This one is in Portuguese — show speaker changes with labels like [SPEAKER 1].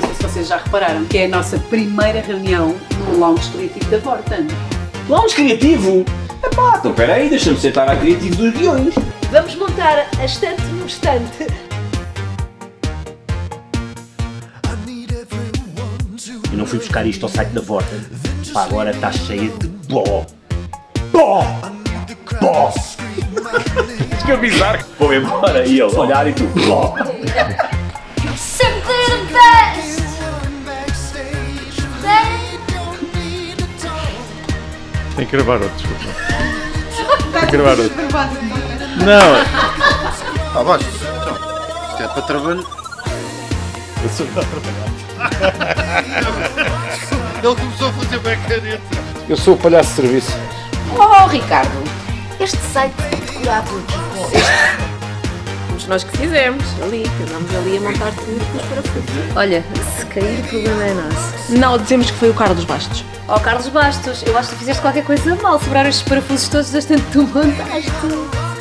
[SPEAKER 1] vocês já repararam, que é a nossa primeira reunião no Lounge Criativo da Vorten.
[SPEAKER 2] Lounge criativo? Epá, então peraí, deixa-me sentar à criativo dos guiões.
[SPEAKER 3] Vamos montar a estante num estante.
[SPEAKER 2] Eu não fui buscar isto ao site da Vorta. Pá, agora está cheia de bó. Bó! Bó! Acho que eu bizarro. Vou embora e ele olhar e tu bó.
[SPEAKER 4] Simply the best! They
[SPEAKER 5] Tem que gravar outro, desculpa. Tem que gravar outro. Não,
[SPEAKER 6] Está baixo. Então, isto é para trabalho.
[SPEAKER 5] eu sou
[SPEAKER 6] Ele começou a fazer backcareta.
[SPEAKER 5] Eu sou o palhaço de serviço.
[SPEAKER 3] Oh, Ricardo,
[SPEAKER 4] Este site decorado aqui.
[SPEAKER 7] Fomos nós que fizemos ali, que andámos ali a montar tudo com os parafusos.
[SPEAKER 3] olha, se cair o problema é nosso.
[SPEAKER 7] Não, dizemos que foi o Carlos Bastos.
[SPEAKER 3] Oh, Carlos Bastos, eu acho que tu fizeste qualquer coisa mal. Sobraram estes parafusos todos da estante que tu montaste.